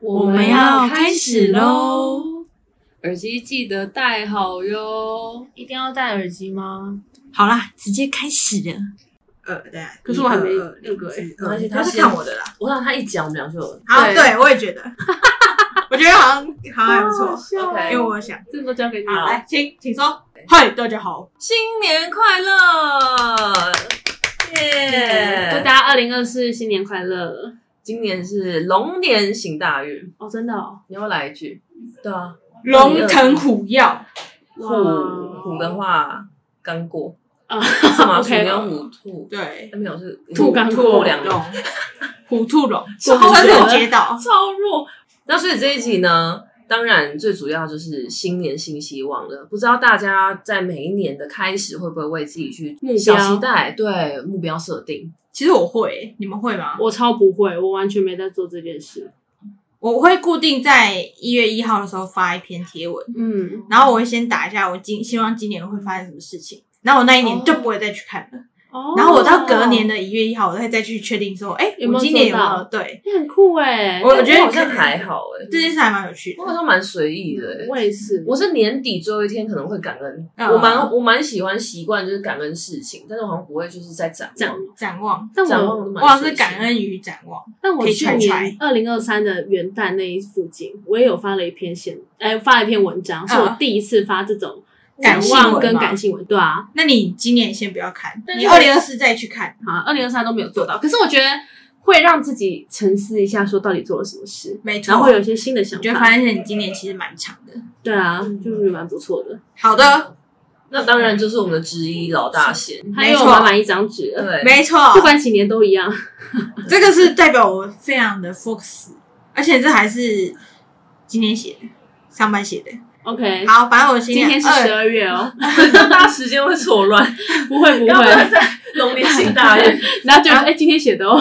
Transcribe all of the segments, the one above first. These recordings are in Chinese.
我们要开始喽！耳机记得戴好哟。一定要戴耳机吗？好啦，直接开始了。呃，对啊。可是我还没一二那个欸一而二且你他不要是再看我的啦。我想他一讲，我们俩就有好，对我也觉 得，我觉得好像好像还不错，因 OK，为我想。这都交给你好，了。来，请请说。嗨，大家好，新年快乐！嗯祝大耶！家二零二四新年快乐！今年是龙年行大运，哦，真的哦，你要不要来一句？对啊，龙腾虎跃，哇虎虎的话刚过，啊，是吗？鼠 OK 牛虎兔，对哎，没有是兔刚过哦兔两龙龙，虎兔龙，超川久口了街道，超弱。那所以这一集呢，当然最主要就是新年新希望了。不知道大家在每一年的开始会不会为自己去目标小期待，对目标设定？其实我会，你们会吗？我超不会，我完全没在做这件事。我会固定在一月一号的时候发一篇贴文，嗯，然后我会先打一下我今希望今年会发生什么事情，然后我那一年就不会再去看了。哦然后我到隔年的一月一号，我再再去确定说，哎、有没有我今年有没做有到对你很酷哎，我觉得好像还好哎、这件事还蛮有趣的我。好像蛮随意的、欸。我也是，我是年底最后一天可能会感恩，嗯我蛮我蛮喜欢习惯就是感恩事情，但是我好像不会就是在展展望，展望，但展望我都我蛮好像随是性感。恩与展望。但我可以去踹年踹二零二三的元旦那一附近，我也有发了一篇写，哎，发了一篇文章，是我嗯第一次发这种展感性望文跟吗感性文，对啊，那你今年先不要看，但是你二零二四再去看。啊，二零二三都没有做到，可是我觉得会让自己沉思一下，说到底做了什么事，没错，然后会有一些新的想你就会法。发现你今年其实蛮长的。对啊，就是蛮不错的。好的，那当然就是我们的之一老大贤，还没有错嗯满满一张纸，对，没错，不管几年都一样。这个是代表我非常的 focus，而且这还是今天写的，上班写的。 OK，好，反正我今今天是二十二月哦，大 家时间会错乱，不会不要不要会，在龙年行大运？然后就啊哎，今天写的哦，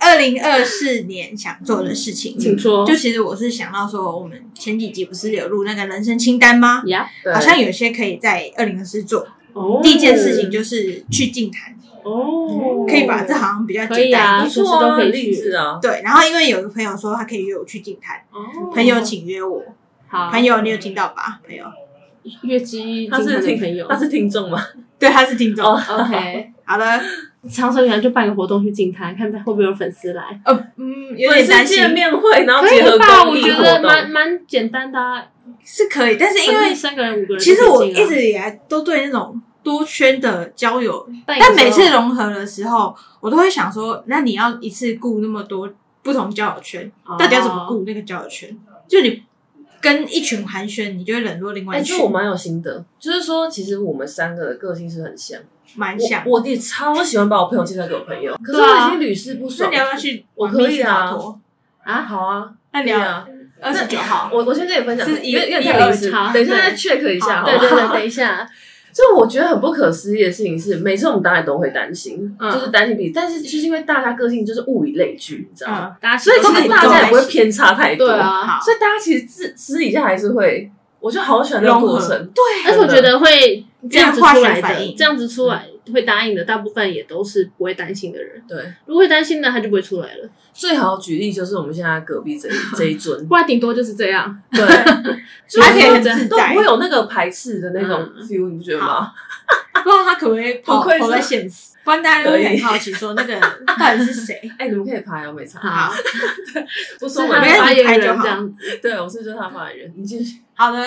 二零二四年想做的事情，请说就。其实我是想到说，我们前几集不是有录那个人生清单吗？呀，对好像有些可以在二零二四做。哦，第一件事情就是去净坛，哦，可以吧？这好像比较可简以啊单一不错点。随时都啊，可以很去励志啊。对，然后因为有个朋友说他可以约我去净坛，哦朋友请约我。好，朋友，你有听到吧？朋友，月姬他是听听朋友他是听众吗？对，他是听众。哦，OK，好的，长城原来就办个活动去进摊，看看会不会有粉丝来。呃，嗯，有粉点丝担见心，面会，然后可以结合吧？我公益觉活得蛮动，哎蛮简单的啊，是可以，但是因反为正三个人五个人都可以进啊，其实我一直以来都对那种多圈的交友，但有时但候每次融合的时候，我都会想说，那你要一次顾那么多不同交友圈，到底要怎么哦？顾那个交友圈？就你跟一群寒暄，你就会冷落另外哎，一这群，我蛮有心得，就是说，其实我们三个的个性是很像。蛮像。我我也超喜欢把我朋友介绍给我朋友，可是对啊我已经屡试不那爽。你要不要去我玩可密以室啊逃脱？啊？好啊，那你对要啊。二十九号，我我先跟你分享，是一有点有一点太二临时好等一下对再 check 一下好不好。对对对，等一 下，就我觉得很不可思议的事情是，每次我们当然都会担心，嗯就是担心彼此，但是就是因为大家个性就是物以类聚，你知道吗？嗯，大家所以其都实是大家也不都会在一起偏差太多。对啊，好所以大家其实私私底下还是会，我就好喜欢那个融过程。合对，啊但是我觉得会这样子这样化出学来反的，应这样子出来会答应的，大部分也都是不会担心的人。对，如果会担心的，他就不会出来了。最好举例就是我们现在隔壁 这一这一尊，不然顶多就是这样。对，还可以很就是自都在嗯不会有那个排斥的那种 feel，你不觉得吗？啊不知道他可不可以跑不愧是跑在现实，不然大家就会很好奇说那个人到底是谁。哎，你们可以排哦，没差，好，不说是我他没的关系们，发言人拍就好这样子。对我是就是他发言人，你继续。好的，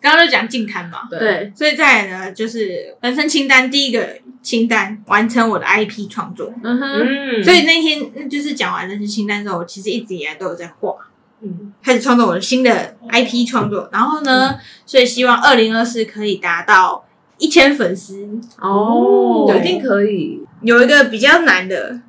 刚刚就讲净坛嘛，对，对，所以再来呢就是人生清单第一个清单，完成我的 IP 创作。嗯哼，嗯所以那天那就是讲完人生清单之后，我其实一直以来都有在画，嗯开始创作我的新的哦 IP 创作。然后呢，嗯所以希望二零二四可以达到一千粉丝。哦，一定可以，有一个比较难的。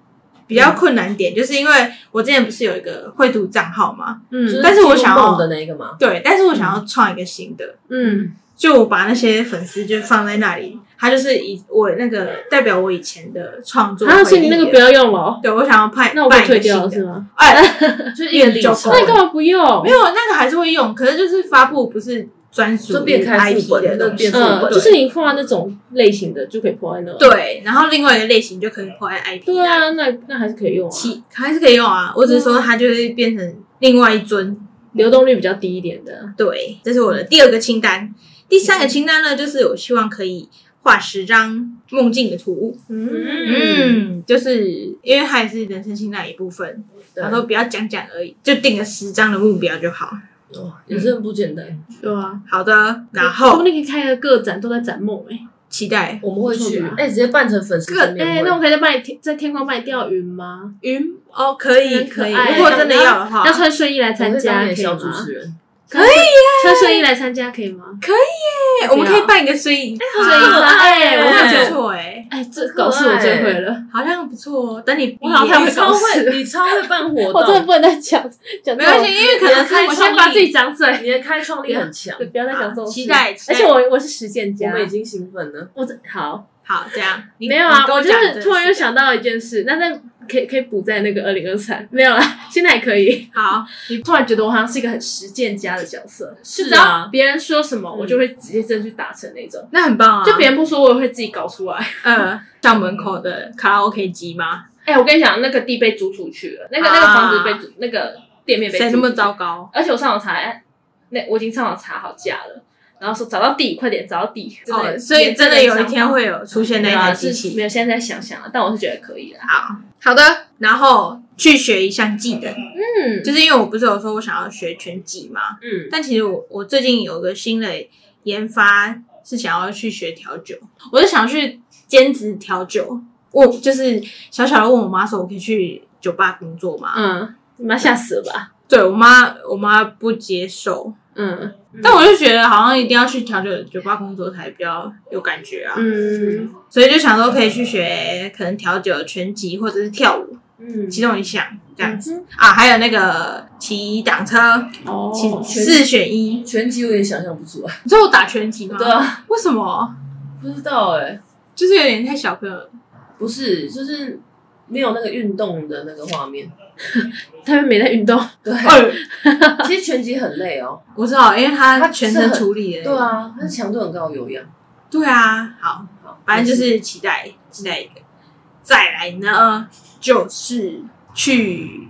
比较困难点，就是因为我之前不是有一个绘图账号嘛，嗯但是我想要梦的那一个嘛，对，但是我想要创一个新的，嗯，就我把那些粉丝就放在那里，他就是以我那个代表我以前的创作回忆啊，了。所以你那个不要用了哦，对我想要派，那我被办一个退掉了新是的。吗？哎，就是一个历就程够那。你干嘛不用没？有那个还是会用，可是就是发布不是专属就变于开副 IP 本的就东西变。副嗯，本就是你画那种类型的就可以破在那。对，然后另外一个类型就可以破在 IP。对，啊，那那还是可以用啊，其还是可以用啊，我只是说它就会变成另外一尊。流动率比较低一点的。对，这是我的第二个清单。第三个清单呢，就是我希望可以画十张梦境的图物。嗯，嗯，就是因为它也是人生清单的一部分，对然后不要讲讲而已，就定个十张的目标就好。哇，也是很不简单。对啊，好的，然说不后定可以开个个展，都在展梦哎。期待我们会不去错吧，哎，直接扮成粉丝见哎、面那我会。可以在帮你天在天空帮你钓鱼吗？云哦，可以很可可以，爱如果真的要的话，要穿睡衣来我参会加当可你的以小吗？主持人，可以耶，穿睡衣来参加可以吗？哎我们可以办一个睡睡衣，衣可爱，我我看感哎不觉错哎，哎，这搞事我最会了，好像不错哦。等你毕我好像会业你超搞事会，你超会办活我真的动，不能再讲讲没这关种系，，因为可能开是我我创先先意把自己讲嘴，你的开创力很 强，不要再讲这种事。期待，期而待且我我是实践我家，们已经兴奋了。我真好好这样，你没有啊你，跟我我就讲是突然又这个事想到一件事，那那可以可以补在那个二零二三没有啦，现在还可以。好，突然觉得我好像是一个很实践家的角色，是啊只要别人说什么，嗯我就会直接真去达成那种。那很棒啊。就别人不说，我也会自己搞出来。呃，校门口的卡拉 OK 机吗？哎、我跟你讲，那个地被租出去了，那个、那个房子被租，啊那个店面被租谁出去那么糟？糕？而且我上网查，哎那我已经上网查好价了，然后说找到地，快点找到地。真的哦，所以真的有一天也会有出现真的没那一有啊台机是器。没有，现在在想想啊，但我是觉得可以啦。好好的，然后去学一项技能，嗯，就是因为我不是有说我想要学拳击嘛，嗯，但其实我我最近有个新的研发是想要去学调酒，我是想去兼职调酒。我就是小小的问我妈说，我可以去酒吧工作吗？嗯，你妈吓死了吧？对我妈，我妈不接受，嗯但我就觉得好像一定要去调酒酒吧工作才比较有感觉啊，嗯所以就想说可以去学可能调酒、拳击或者是跳舞嗯，其中一项这样子、啊，还有那个骑挡车，嗯哦，骑四选一。拳击我也想象不出来，你知道我打拳击吗？对啊，为什么？不知道哎，就是有点太小朋友 了。不是，就是没有那个运动的那个画面。他们没在运动，对，二，其实拳击很累哦。哦我知道，因为他他全身处理的。对，啊，它是强度很高的有氧。对啊，好，好，反正就是期待期待一个。再来呢，就是去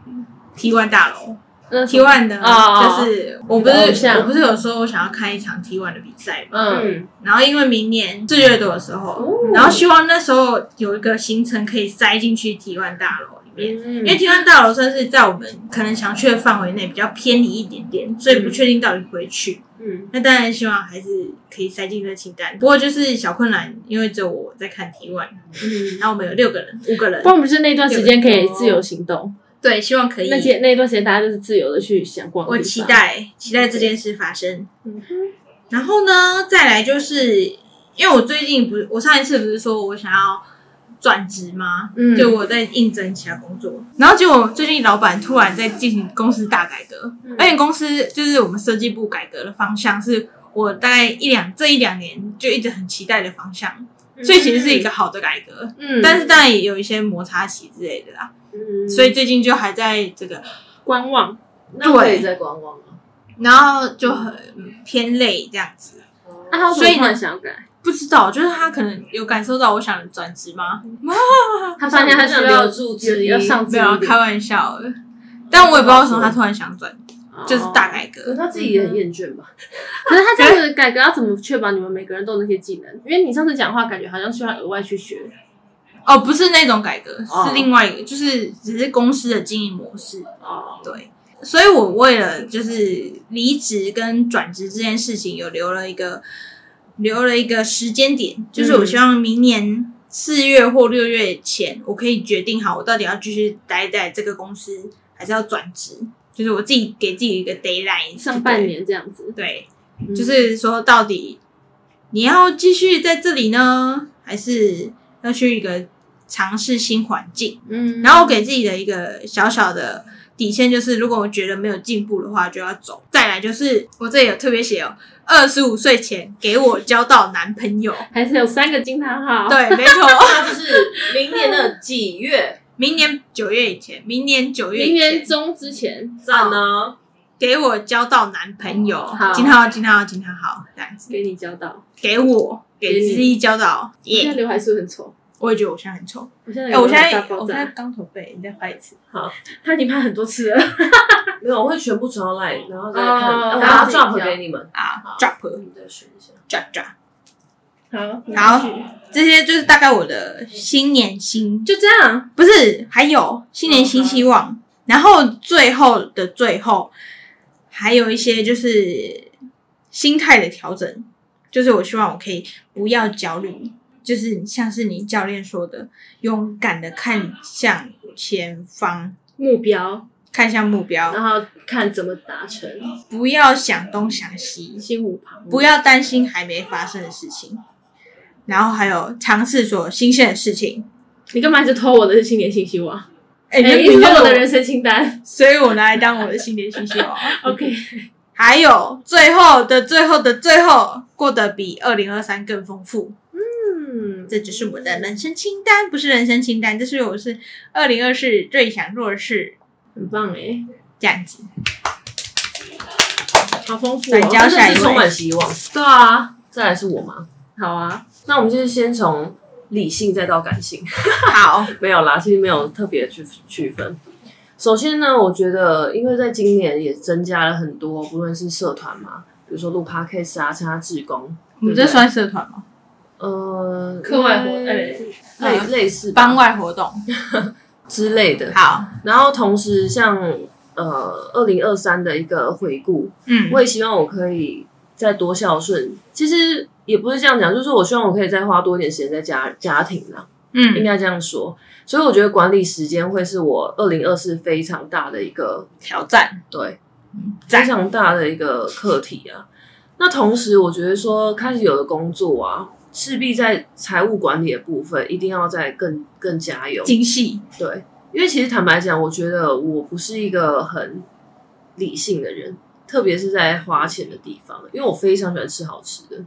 T One 大楼。嗯 T One 的，哦就是我不你的偶是像我不是有说我想要看一场 T One 的比赛嘛，嗯嗯，然后因为明年四月多的时候，哦然后希望那时候有一个行程可以塞进去 T One 大楼里面。嗯因为 T One 大楼算是在我们可能想去的范围内比较偏离一点点，所以不确定到底回去。嗯，那当然希望还是可以塞进这个清单。不过就是小困难，因为只有我在看 T One，然后我们有六个人，五个人嗯不，然我们就是那段时间可以自由行动，对，希望可以那。些那一段时间大家就是自由的去想逛。我期，待期待这件事发生。嗯然后呢，再来就是因为我最近不是我上一次不是说我想要转职吗？嗯就我在应征其他工作，然后结果最近老板突然在进行公司大改革，嗯而且公司就是我们设计部改革的方向是。我大概一两这一两年就一直很期待的方向，所以其实是一个好的改革，嗯但是当然也有一些摩擦期之类的啦，嗯所以最近就还在这个观望，那我也在观望啊。然后就很偏累这样子。那他所以呢突然想要改，不知道，就是他可能有感受到我想转职吗？嗯他发现他需要留住质疑要上没自有，啊开玩笑的。但我也不知道为什么他突然想转，就是哦大。改可革是。他自己也很厌倦吧？可是他这样子的改革要怎么确保你们每个人都有那些技能？因为你上次讲话感觉好像需要额外去学。哦，不是那种改革，哦是另外一个，就是只是公司的经营模式。哦，对，所以我为了就是离职跟转职这件事情，有留了一个留了一个时间点，就是嗯我希望明年四月或六月前，我可以决定好我到底要继续待在这个公司，还是要转职。就是我自己给自己一个 d a y l i n e 上半，年这样子，对，嗯就是说到底你要继续在这里呢，还是要去一个尝试新环境？嗯然后我给自己的一个小小的底线就是，如果我觉得没有进步的话，就要走。再来就是我这里有特别写哦，二十五岁前给我交到男朋友。还是有三个惊叹号。，对，没错，他就是明年的几月？明年九月以前，明年九月以明前，年中之前，赞呢？给我交到男朋友， 好金浩金浩金浩好这样子，给你交到。给我给给你之一交到，我现耶、在刘海是不是很丑？我也觉得我现在很丑，我现在哎、有我现在大爆我现在炸，刚驼背，你再拍一次。他已经拍很多次了。没有，我会全部传到 line，然啊后再哦看，我然把它后自己 drop 挑给你们，啊好，drop 你们再选一下。 drop drop，好，然后这些就是大概我的新年新，就这样。不是还有新年新希嗯望，然后最后的最后还有一些就是心态的调整，就是我希望我可以不要焦虑，就是像是你教练说的，勇敢的看向前方，目标，看向目标，然后看怎么达成，不要想东想西，心无旁骛。不要担心还没发生的事情，然后还有尝试所新鲜的事情。你干嘛一直偷我的新年信息网？哎、哎你一直明偷白我的人，生清单。所以我拿来当我的新年信息哦。 OK，还有最后的最后的最后，过得比二零二三更丰富，嗯，这只是我的人生清单，不是人生清单，这是我是二零二四最想做的事，很棒哎，这样子。好丰富转交哦。真下的一位是充满希望。对啊，再来是我嘛。好啊，那我们就是先从理性再到感性， 好，没有啦，其实没有特别去区分。首先呢，我觉得因为在今年也增加了很多，不论是社团嘛，比如说录 podcast 啊，参加志工，我们这算社团吗？呃，课外活哎动类类嗯类似吧班外活动。之类的。好，然后同时像呃二零二三的一个回顾，嗯，我也希望我可以再多孝顺。其实也不是这样讲，就是我希望我可以再花多一点时间在家家庭啦，应嗯，该这样说。所以我觉得管理时间会是我二零二四非常大的一个挑战，对赞非常大的一个课题啊。那同时，我觉得说开始有了工作啊，势必在财务管理的部分一定要再更更加油。精细，对，因为其实坦白讲，我觉得我不是一个很理性的人，特别是在花钱的地方，因为我非常喜欢吃好吃的。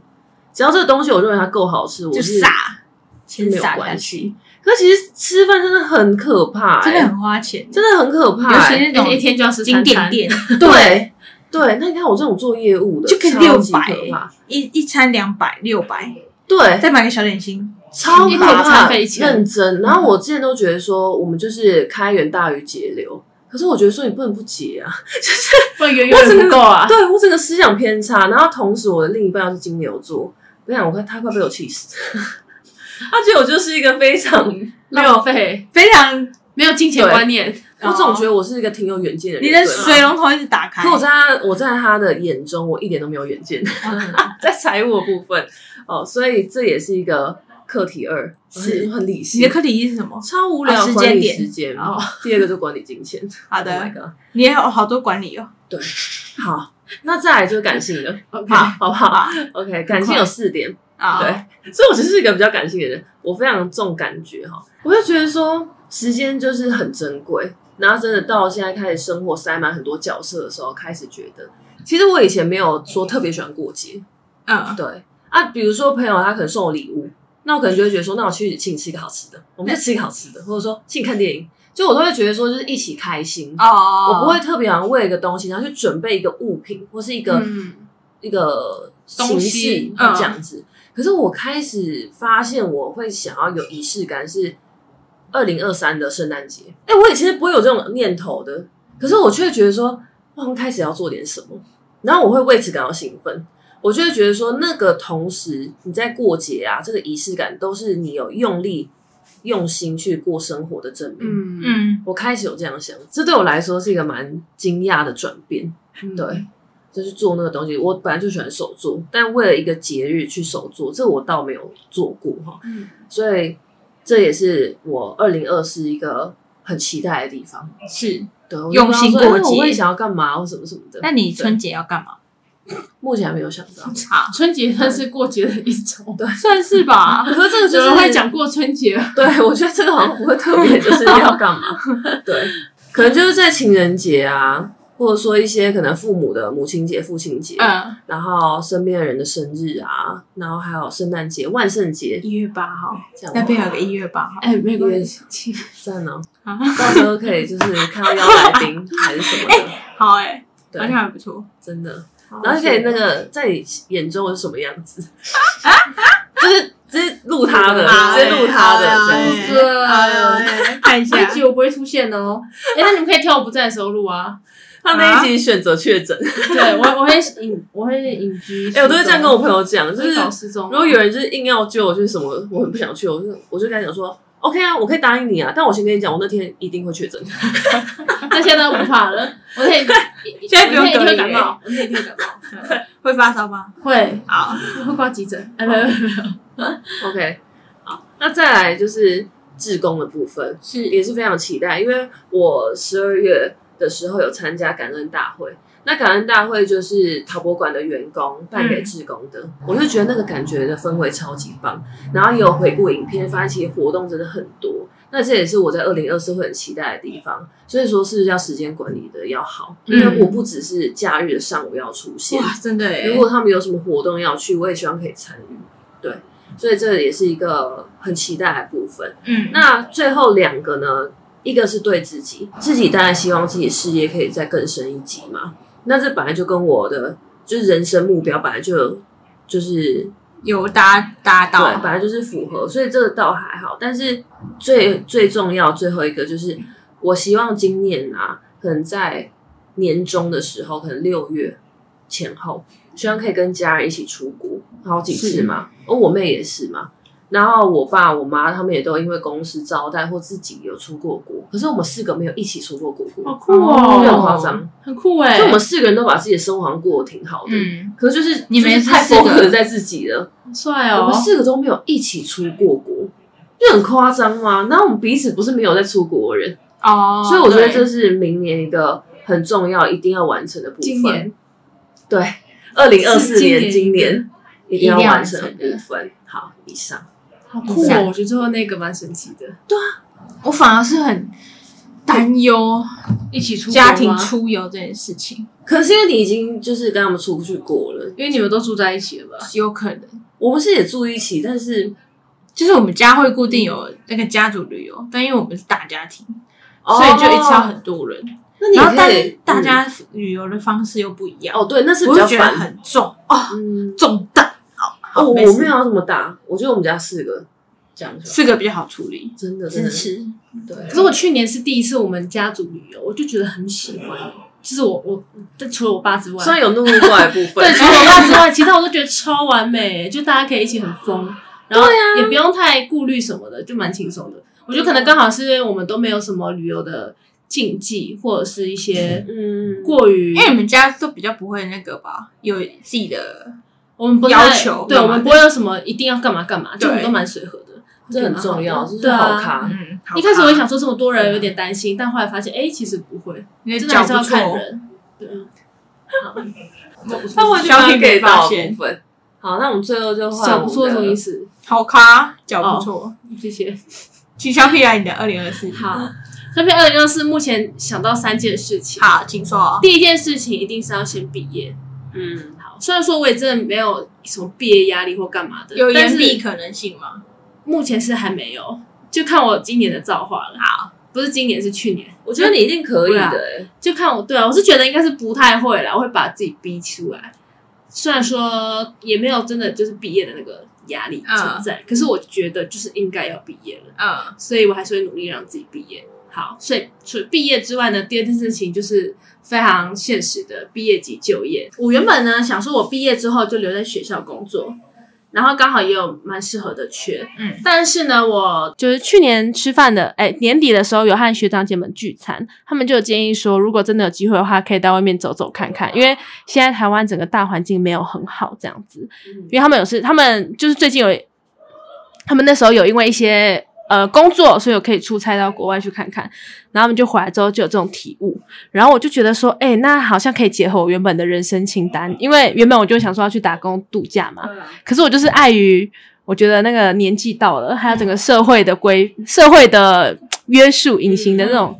只要这个东西我认为它够好吃，我就是傻，是没有撒下关去系。可其实吃饭真的很可怕、欸，真的很花钱，真的很可怕、尤其欸是那种一天就要吃景三点餐店对对，那你看我这种做业务的，就可以超级600可怕，一一餐两百六百，对，再买个小点心，超一可口怕，餐费钱认真。嗯然后我之前都觉得说，我们就是开源大于节流，可是我觉得说你不能不节啊，不然远远不够啊。 对我整个思想偏差，然后同时我的另一半又是金牛座，我想我快他快被我气死， 他觉得我就是一个非常， 浪费，非常没有金钱观念，我总觉得我是一个挺有远见的人，哦你的对吗水龙头一直打开可，我在他我在他的眼中，我一点都没有远见，嗯 在财务的部分哦，所以这也是一个课题二，是很很理你的性，课题是什么？超无聊，哦时间管理点时间哦， 第二个就管理金钱。 好 Oh my 的， god 你也有好多管理哦。对，好，那再来就是感性的， OK 好，好不好？OK，感性有四点，啊，对，所以我只是一个比较感性的人，我非常重感觉哈，我就觉得说时间就是很珍贵，然后真的到现在开始生活塞满很多角色的时候，开始觉得，其实我以前没有说特别喜欢过节，嗯，对啊，比如说朋友他可能送我礼物，那我可能就会觉得说，那我去请你吃一个好吃的，我们就吃一个好吃的，或者说请你看电影，就我都会觉得说就是一起开心，哦，我不会特别想为一个东西，然后去准备一个物品或是一个、嗯，一个形东式西嗯这样子。可是我开始发现，我会想要有仪式感，是二零二三的圣诞节。哎、我以前不会有这种念头的，可是我却觉得说，我好像开始要做点什么，然后我会为此感到兴奋。我就会觉得说，那个同时你在过节啊，这个仪式感都是你有用力、用心去过生活的证明。嗯嗯嗯，我开始有这样想，这对我来说是一个蛮惊讶的转变。嗯，对，就是做那个东西，我本来就喜欢手做，但为了一个节日去手做，这我倒没有做过哈。嗯，所以这也是我二零二四一个很期待的地方。是。对，我就用不知道心说过哎那节我会想要干嘛或什么什么的。那你春节要干嘛？目前还没有想 到，好，春节算是过节的一种，算是吧。 可是这个就有是人会讲过春节，啊对，我觉得这个好像不会特别就是要 干嘛，对，可能就是在情人节啊，或者说一些可能父母的母亲节、父亲节，嗯，然后身边的人的生日啊，然后还有圣诞节、万圣节一月八号，这样吗。那边有个一月八号， 哎，没关系，赞哦啊，到时候可以就是看到邀来宾还是什么的， 好哎，对好像还不错。真的。好然后就可以那个在你眼中我是什么样 子，就是直接录他的，哎直接录他的这样哎子。对哎呦看一下这一，集我啊不会出现 哦。哎，那你们可以挑我不在的时候录啊。他那一集选择确诊，啊对我我会隐我会隐居失踪。哎，我都会这样跟我朋友讲，就就是是搞失踪。如果有人就是硬要救，就是什么我很不想去，我就我就跟他讲说，OK 啊，我可以答应你啊，但我先跟你讲，我那天一定会确诊。 那现在不怕了， 我可以现在不用我那天一定隔会离感冒，我那天一定会感冒，会发烧吗？会好，会挂急诊。哎，没有没有没有 OK，好，那再来就是志工的部分，是也是非常期待，因为我十二月的时候有参加感恩大会。那感恩大会就是陶博馆的员工办给志工的，我就觉得那个感觉的氛围超级棒。然后也有回顾影片，发现其实活动真的很多。那这也是我在二零二四会很期待的地方。所以说，是要时间管理的要好，因为我不只是假日上午要出现，哇，真的欸耶如！果他们有什么活动要去，我也希望可以参与。对，所以这也是一个很期待的部分。嗯，那最后两个呢？一个是对自己，自己当然希望自己事业可以再更深一级嘛。那这本来就跟我的就是人生目标本来就有就是有搭搭到对，，本来就是符合，所以这个倒还好。但是最最重要最后一个就是，我希望今年啊，可能在年中的时候，可能六月前后，希望可以跟家人一起出国好几次嘛。哦，我妹也是嘛。然后我爸、我妈他们也都因为公司招待或自己有出过国，可是我们四个没有一起出过国，好国酷哦，非常夸，张。很酷哎。所以我们四个人都把自己的生活好像过得挺好的，嗯，可是就是你们就是太是四个 focus 在自己了。好帅我哦们，四个都没有一起出过国，就很夸张嘛。然后我们彼此不是没有在出国的人，哦，所以我觉得这对是明年一个很重要、一定要完成的部分。今年对，二零二四年是今今年年一定要一定要完完成成的的部分。好，以上好酷这哦！样我觉得最后那个蛮神奇的，我反而是很担忧一起出国吗家庭，出游这件事情，可是因为你已经就是跟他们出去过了，因为你们都住在一起了吧？有可能我们是也住一起，但是就是我们家会固定有那个家族旅游，但因为我们是大家庭，所以就一次要哦很多人，那你然后也但可以嗯是大、家旅游的方式又不一嗯，样哦，对，那是比我较就觉得烦。很重哦，嗯，重担。好哦，我没我事没有要这么大，我觉得我们家四个这样就好四个比较好处理，嗯真的真的支持对。可是我去年是第一次我们家族旅游，我就觉得很喜欢，就是我我，但除了我爸之外，虽然有怒怒过来的部分，对，除了我爸之外，其他我都觉得超完美，就大家可以一起很疯，然后啊也不用太顾虑什么的，就蛮轻松的。我觉得可能刚好是因为我们都没有什么旅游的禁忌，或者是一些嗯，过于因为你们家都比较不会那个吧，有自己的我们不太要求对干我嘛们的不会有什么一定要干嘛干嘛，就我们对都蛮随和的，这很重要，这是对好啊。咖。嗯，好一开始我也想说这么多人有点担心，但后来发现，哎，其实不会，你的真的还脚是不要错，看人。对啊，那我小品给没到发的部现，分。好，那我们最后就换小不错我什们么的意思？好咖，脚不错，谢谢。请小品来你的二零二四，好，这篇二零二四目前想到三件事情。好，请说，第一件事情一定是要先毕业。嗯，好，虽然说我也真的没有什么毕业压力或干嘛的，有但延是毕可能性吗？目前是还没有，就看我今年的造化了。好，不是今年是去年，我觉得你一定可以对啊的、欸。就看我对啊，我是觉得应该是不太会啦，我会把自己逼出来。虽然说也没有真的就是毕业的那个压力存在，可是我觉得就是应该要毕业了。嗯，所以我还是会努力让自己毕业。好，所以除了毕业之外呢，第二件事情就是非常现实的毕业及就业。我原本呢想说，我毕业之后就留在学校工作，然后刚好也有蛮适合的缺，嗯但是呢，我就是去年吃饭的，哎，年底的时候有和学长姐们聚餐，他们就有建议说，如果真的有机会的话，可以到外面走走看看，因为现在台湾整个大环境没有很好这样子，因为他们有是他们就是最近有，他们那时候有因为一些呃工作，所以有可以出差到国外去看看，然后他们就回来之后就有这种体悟，然后我就觉得说，哎、那好像可以结合我原本的人生清单，因为原本我就想说要去打工度假嘛，啊可是我就是碍于我觉得那个年纪到了，还有整个社会的规社会的约束隐形的那种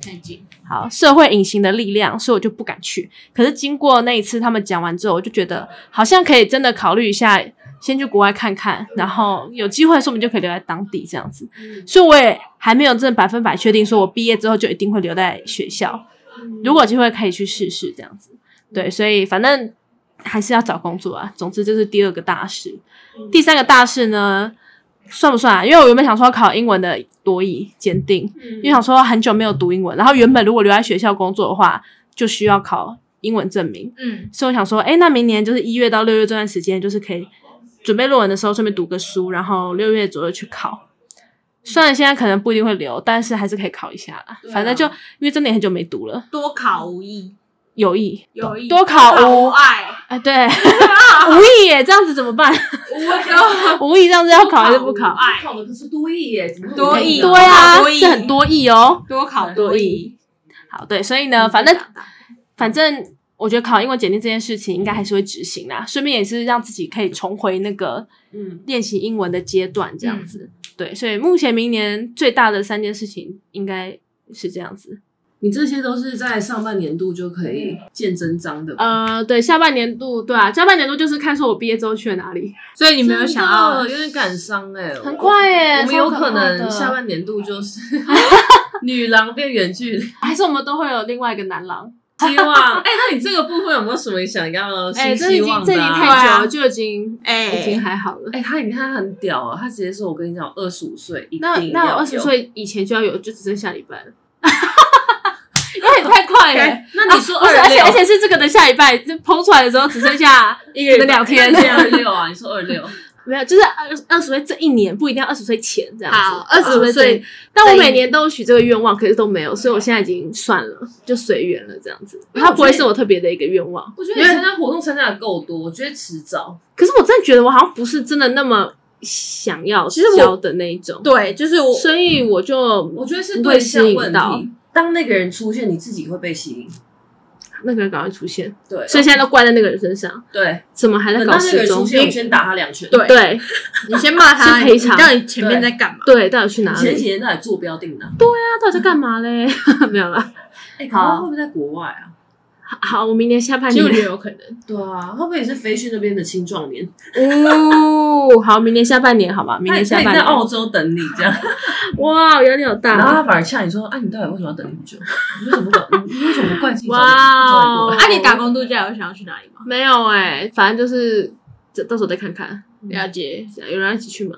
好社会隐形的力量，所以我就不敢去。可是经过那一次他们讲完之后，我就觉得好像可以真的考虑一下，先去国外看看，然后有机会说不定就可以留在当地这样子。所以我也还没有真的百分百确定，说我毕业之后就一定会留在学校。如果有机会可以去试试这样子。对，所以反正还是要找工作啊。总之，这是第二个大事。第三个大事呢，算不算啊？因为我原本想说要考英文的多语检定，嗯因为想说很久没有读英文，然后原本如果留在学校工作的话，就需要考英文证明。嗯，所以我想说，哎，那明年就是一月到六月这段时间，就是可以准备论文的时候顺便读个书，然后六月左右去考。虽然现在可能不一定会留，但是还是可以考一下啦。对啊反正就因为真的也很久没读了，多考无益，有意有益多考无无碍，哎，对， 无意耶，这样子怎么 办？无意这样子要考还是不考？爱考的可是多益耶，怎么会多益啊有那多个呀、多益是很多意哦。多考多益。好，对，所以啊呢，反正反正我觉得考英文检定这件事情应该还是会执行啦，顺便也是让自己可以重回那个嗯，练习英文的阶段，这样子。对，所以目前明年最大的三件事情应该是这样子。你这些都是在上半年度就可以见真章的吧。呃，对，下半年度，对啊，下半年度就是看说我毕业之后去了哪里。所以你你没有想要有点感伤哎、我很快耶我们有超可可怕的能下半年度就是 女郎变远距离，还是我们都会有另外一个男郎？希 望哎、那你这个部分有没有什么想要哎、新这已希经望这已的、经啊？太久了，对啊就已经哎已经还好了。 哎、他你看他很屌啊，他直接说我跟你讲，二十五岁一定那要那我有二十，岁以前就要有，就只剩下礼拜了。 因为你 太快了，那你说啊不二是，而且而六、且是这个的下礼拜，这剖出来的时候只剩下 一个两天，二六啊？你说二六， 没有，就是二二十岁这一年不一定要二十岁前这样子，好25 25岁这。但我每年都许这个愿望，可是都没有，所以我现在已经算了，就随缘了这样子。因为我觉得它不会是我特别的一个愿望，我觉得你参加活动参加的够多，我觉得迟早。可是我真的觉得我好像不是真的那么想要实我交的那一种，对，就是我所以我就我觉得是不会对吸象引问到题，当那个人出现，你自己会被吸引。那个人赶快出现，对，所以现在都怪在那个人身上，对，怎么还在等搞到那个失人踪出？现，我先打他两拳。对对你先骂他，是你赔你偿到底前面在干嘛？对，到底去哪里？前几天在坐标定的，他到底在干嘛嘞？ 没有啦。哎，好他会不会在国外啊？好，我明年下半其实我觉年得有可能。对啊，会不会也是飞去那边的青壮年？哦，好，明年下半年好吧，明他年他下已半经在年澳洲等你这样，哦哇，压力好然后大。他反而呛你说：“啊，你到底为什么要等那么久？ 你为什么不管？你为什么不怪自己早点哇哦早点过来？”啊，你打工度假有想要去哪里吗？没有哎、嗯反正就是这到时候再看看，了解，有人要一起去吗？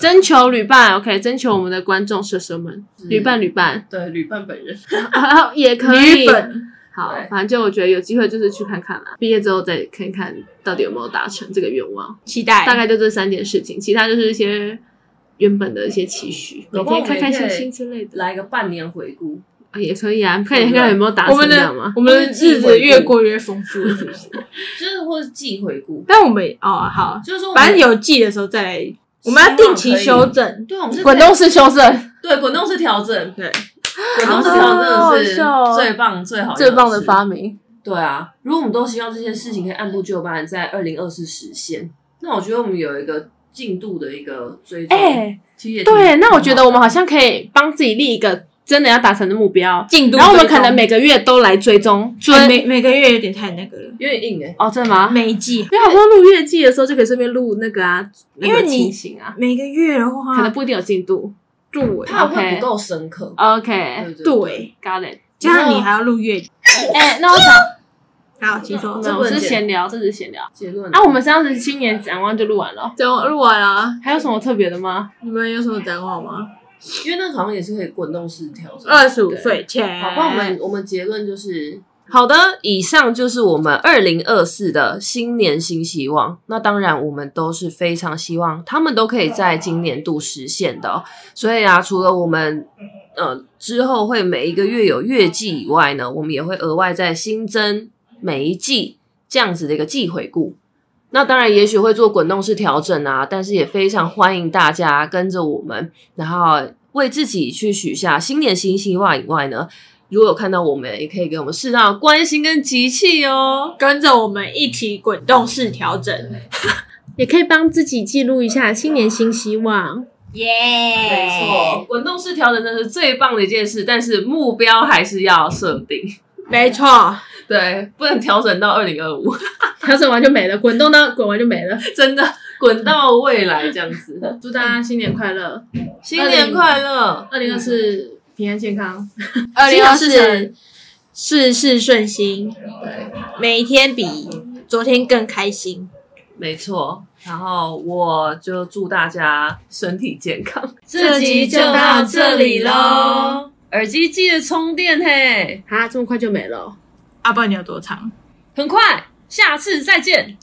征求旅伴，OK，征求我们的观众舍舍们，嗯旅伴旅伴、 对旅伴本人，啊也可以女。本好对，反正就我觉得有机会就是去看看啦，毕业之后再看看到底有没有达成这个愿望。期待大概就这三件事情，其他就是一些原本的一些期许，每搞不好天我们开也开心可以心之类的。来个半年回顾，啊，也可以啊，看你看有没有达成我们这样的吗？我们的日子越过越丰富，是不是？就是或是季回顾，但我们哦好，就是说我们反正有记的时候再来，我们要定期修正。对，我们是滚动式修正，对滚动式调整，对，滚动式好调好整是笑哦最棒最好最棒的事发明。对啊，如果我们都希望这件事情可以按部就班地在二零二四实现，那我觉得我们有一个进度的一个追踪。哎其实也挺对，那我觉得我们好好像可以帮自己立一个真的要达成的目标，进度追踪。然后我们可能每个月都来追踪哎追。每每个月有点太那个了，有点硬哎、哦，真的吗？每一季因为好像录月季的时候就可以顺便录那个啊，那因为个你情形啊，每个月的话，可能不一定有进度。对怕会 OK 不够深刻。 OK，got 对，对， it。加上你还要录月底，哎，那我想，好，请说这那不我能是剪闲聊，这只是闲聊。结论啊，我们这样子新年展望就录完了，等我录完了，还有什么特别的吗？你们有什么展望吗？因为那个好像也是可以滚动式调整。二十五岁前，好，那我们我们结论就是。哎好的，以上就是我们二零二四的新年新希望。那当然，我们都是非常希望他们都可以在今年度实现的哦、所以啊，除了我们呃之后会每一个月有月季以外呢，我们也会额外再新增每一季这样子的一个季回顾。那当然，也许会做滚动式调整啊，但是也非常欢迎大家跟着我们，然后为自己去许下新年新希望以外呢，如果有看到我们，也可以给我们适当的关心跟集气哦。跟着我们一起滚动式调整，也可以帮自己记录一下新年新希望。耶，没错，，滚动式调整真的是最棒的一件事，但是目标还是要设定， 没错，对，不能调整到二零二五， 调整完就没了，滚动到滚完就没了。真的滚到未来这样子。 祝大家新年快乐，新年快乐！二零二四平安健康。二零二新的市四事事顺心，对，每一天比昨天更开心。没错。然后我就祝大家身体健康。这集就到这里喽，耳机记得充电嘿，啊，这么快就没了哦、阿、啊、爸，你有多长？很快，下次再见，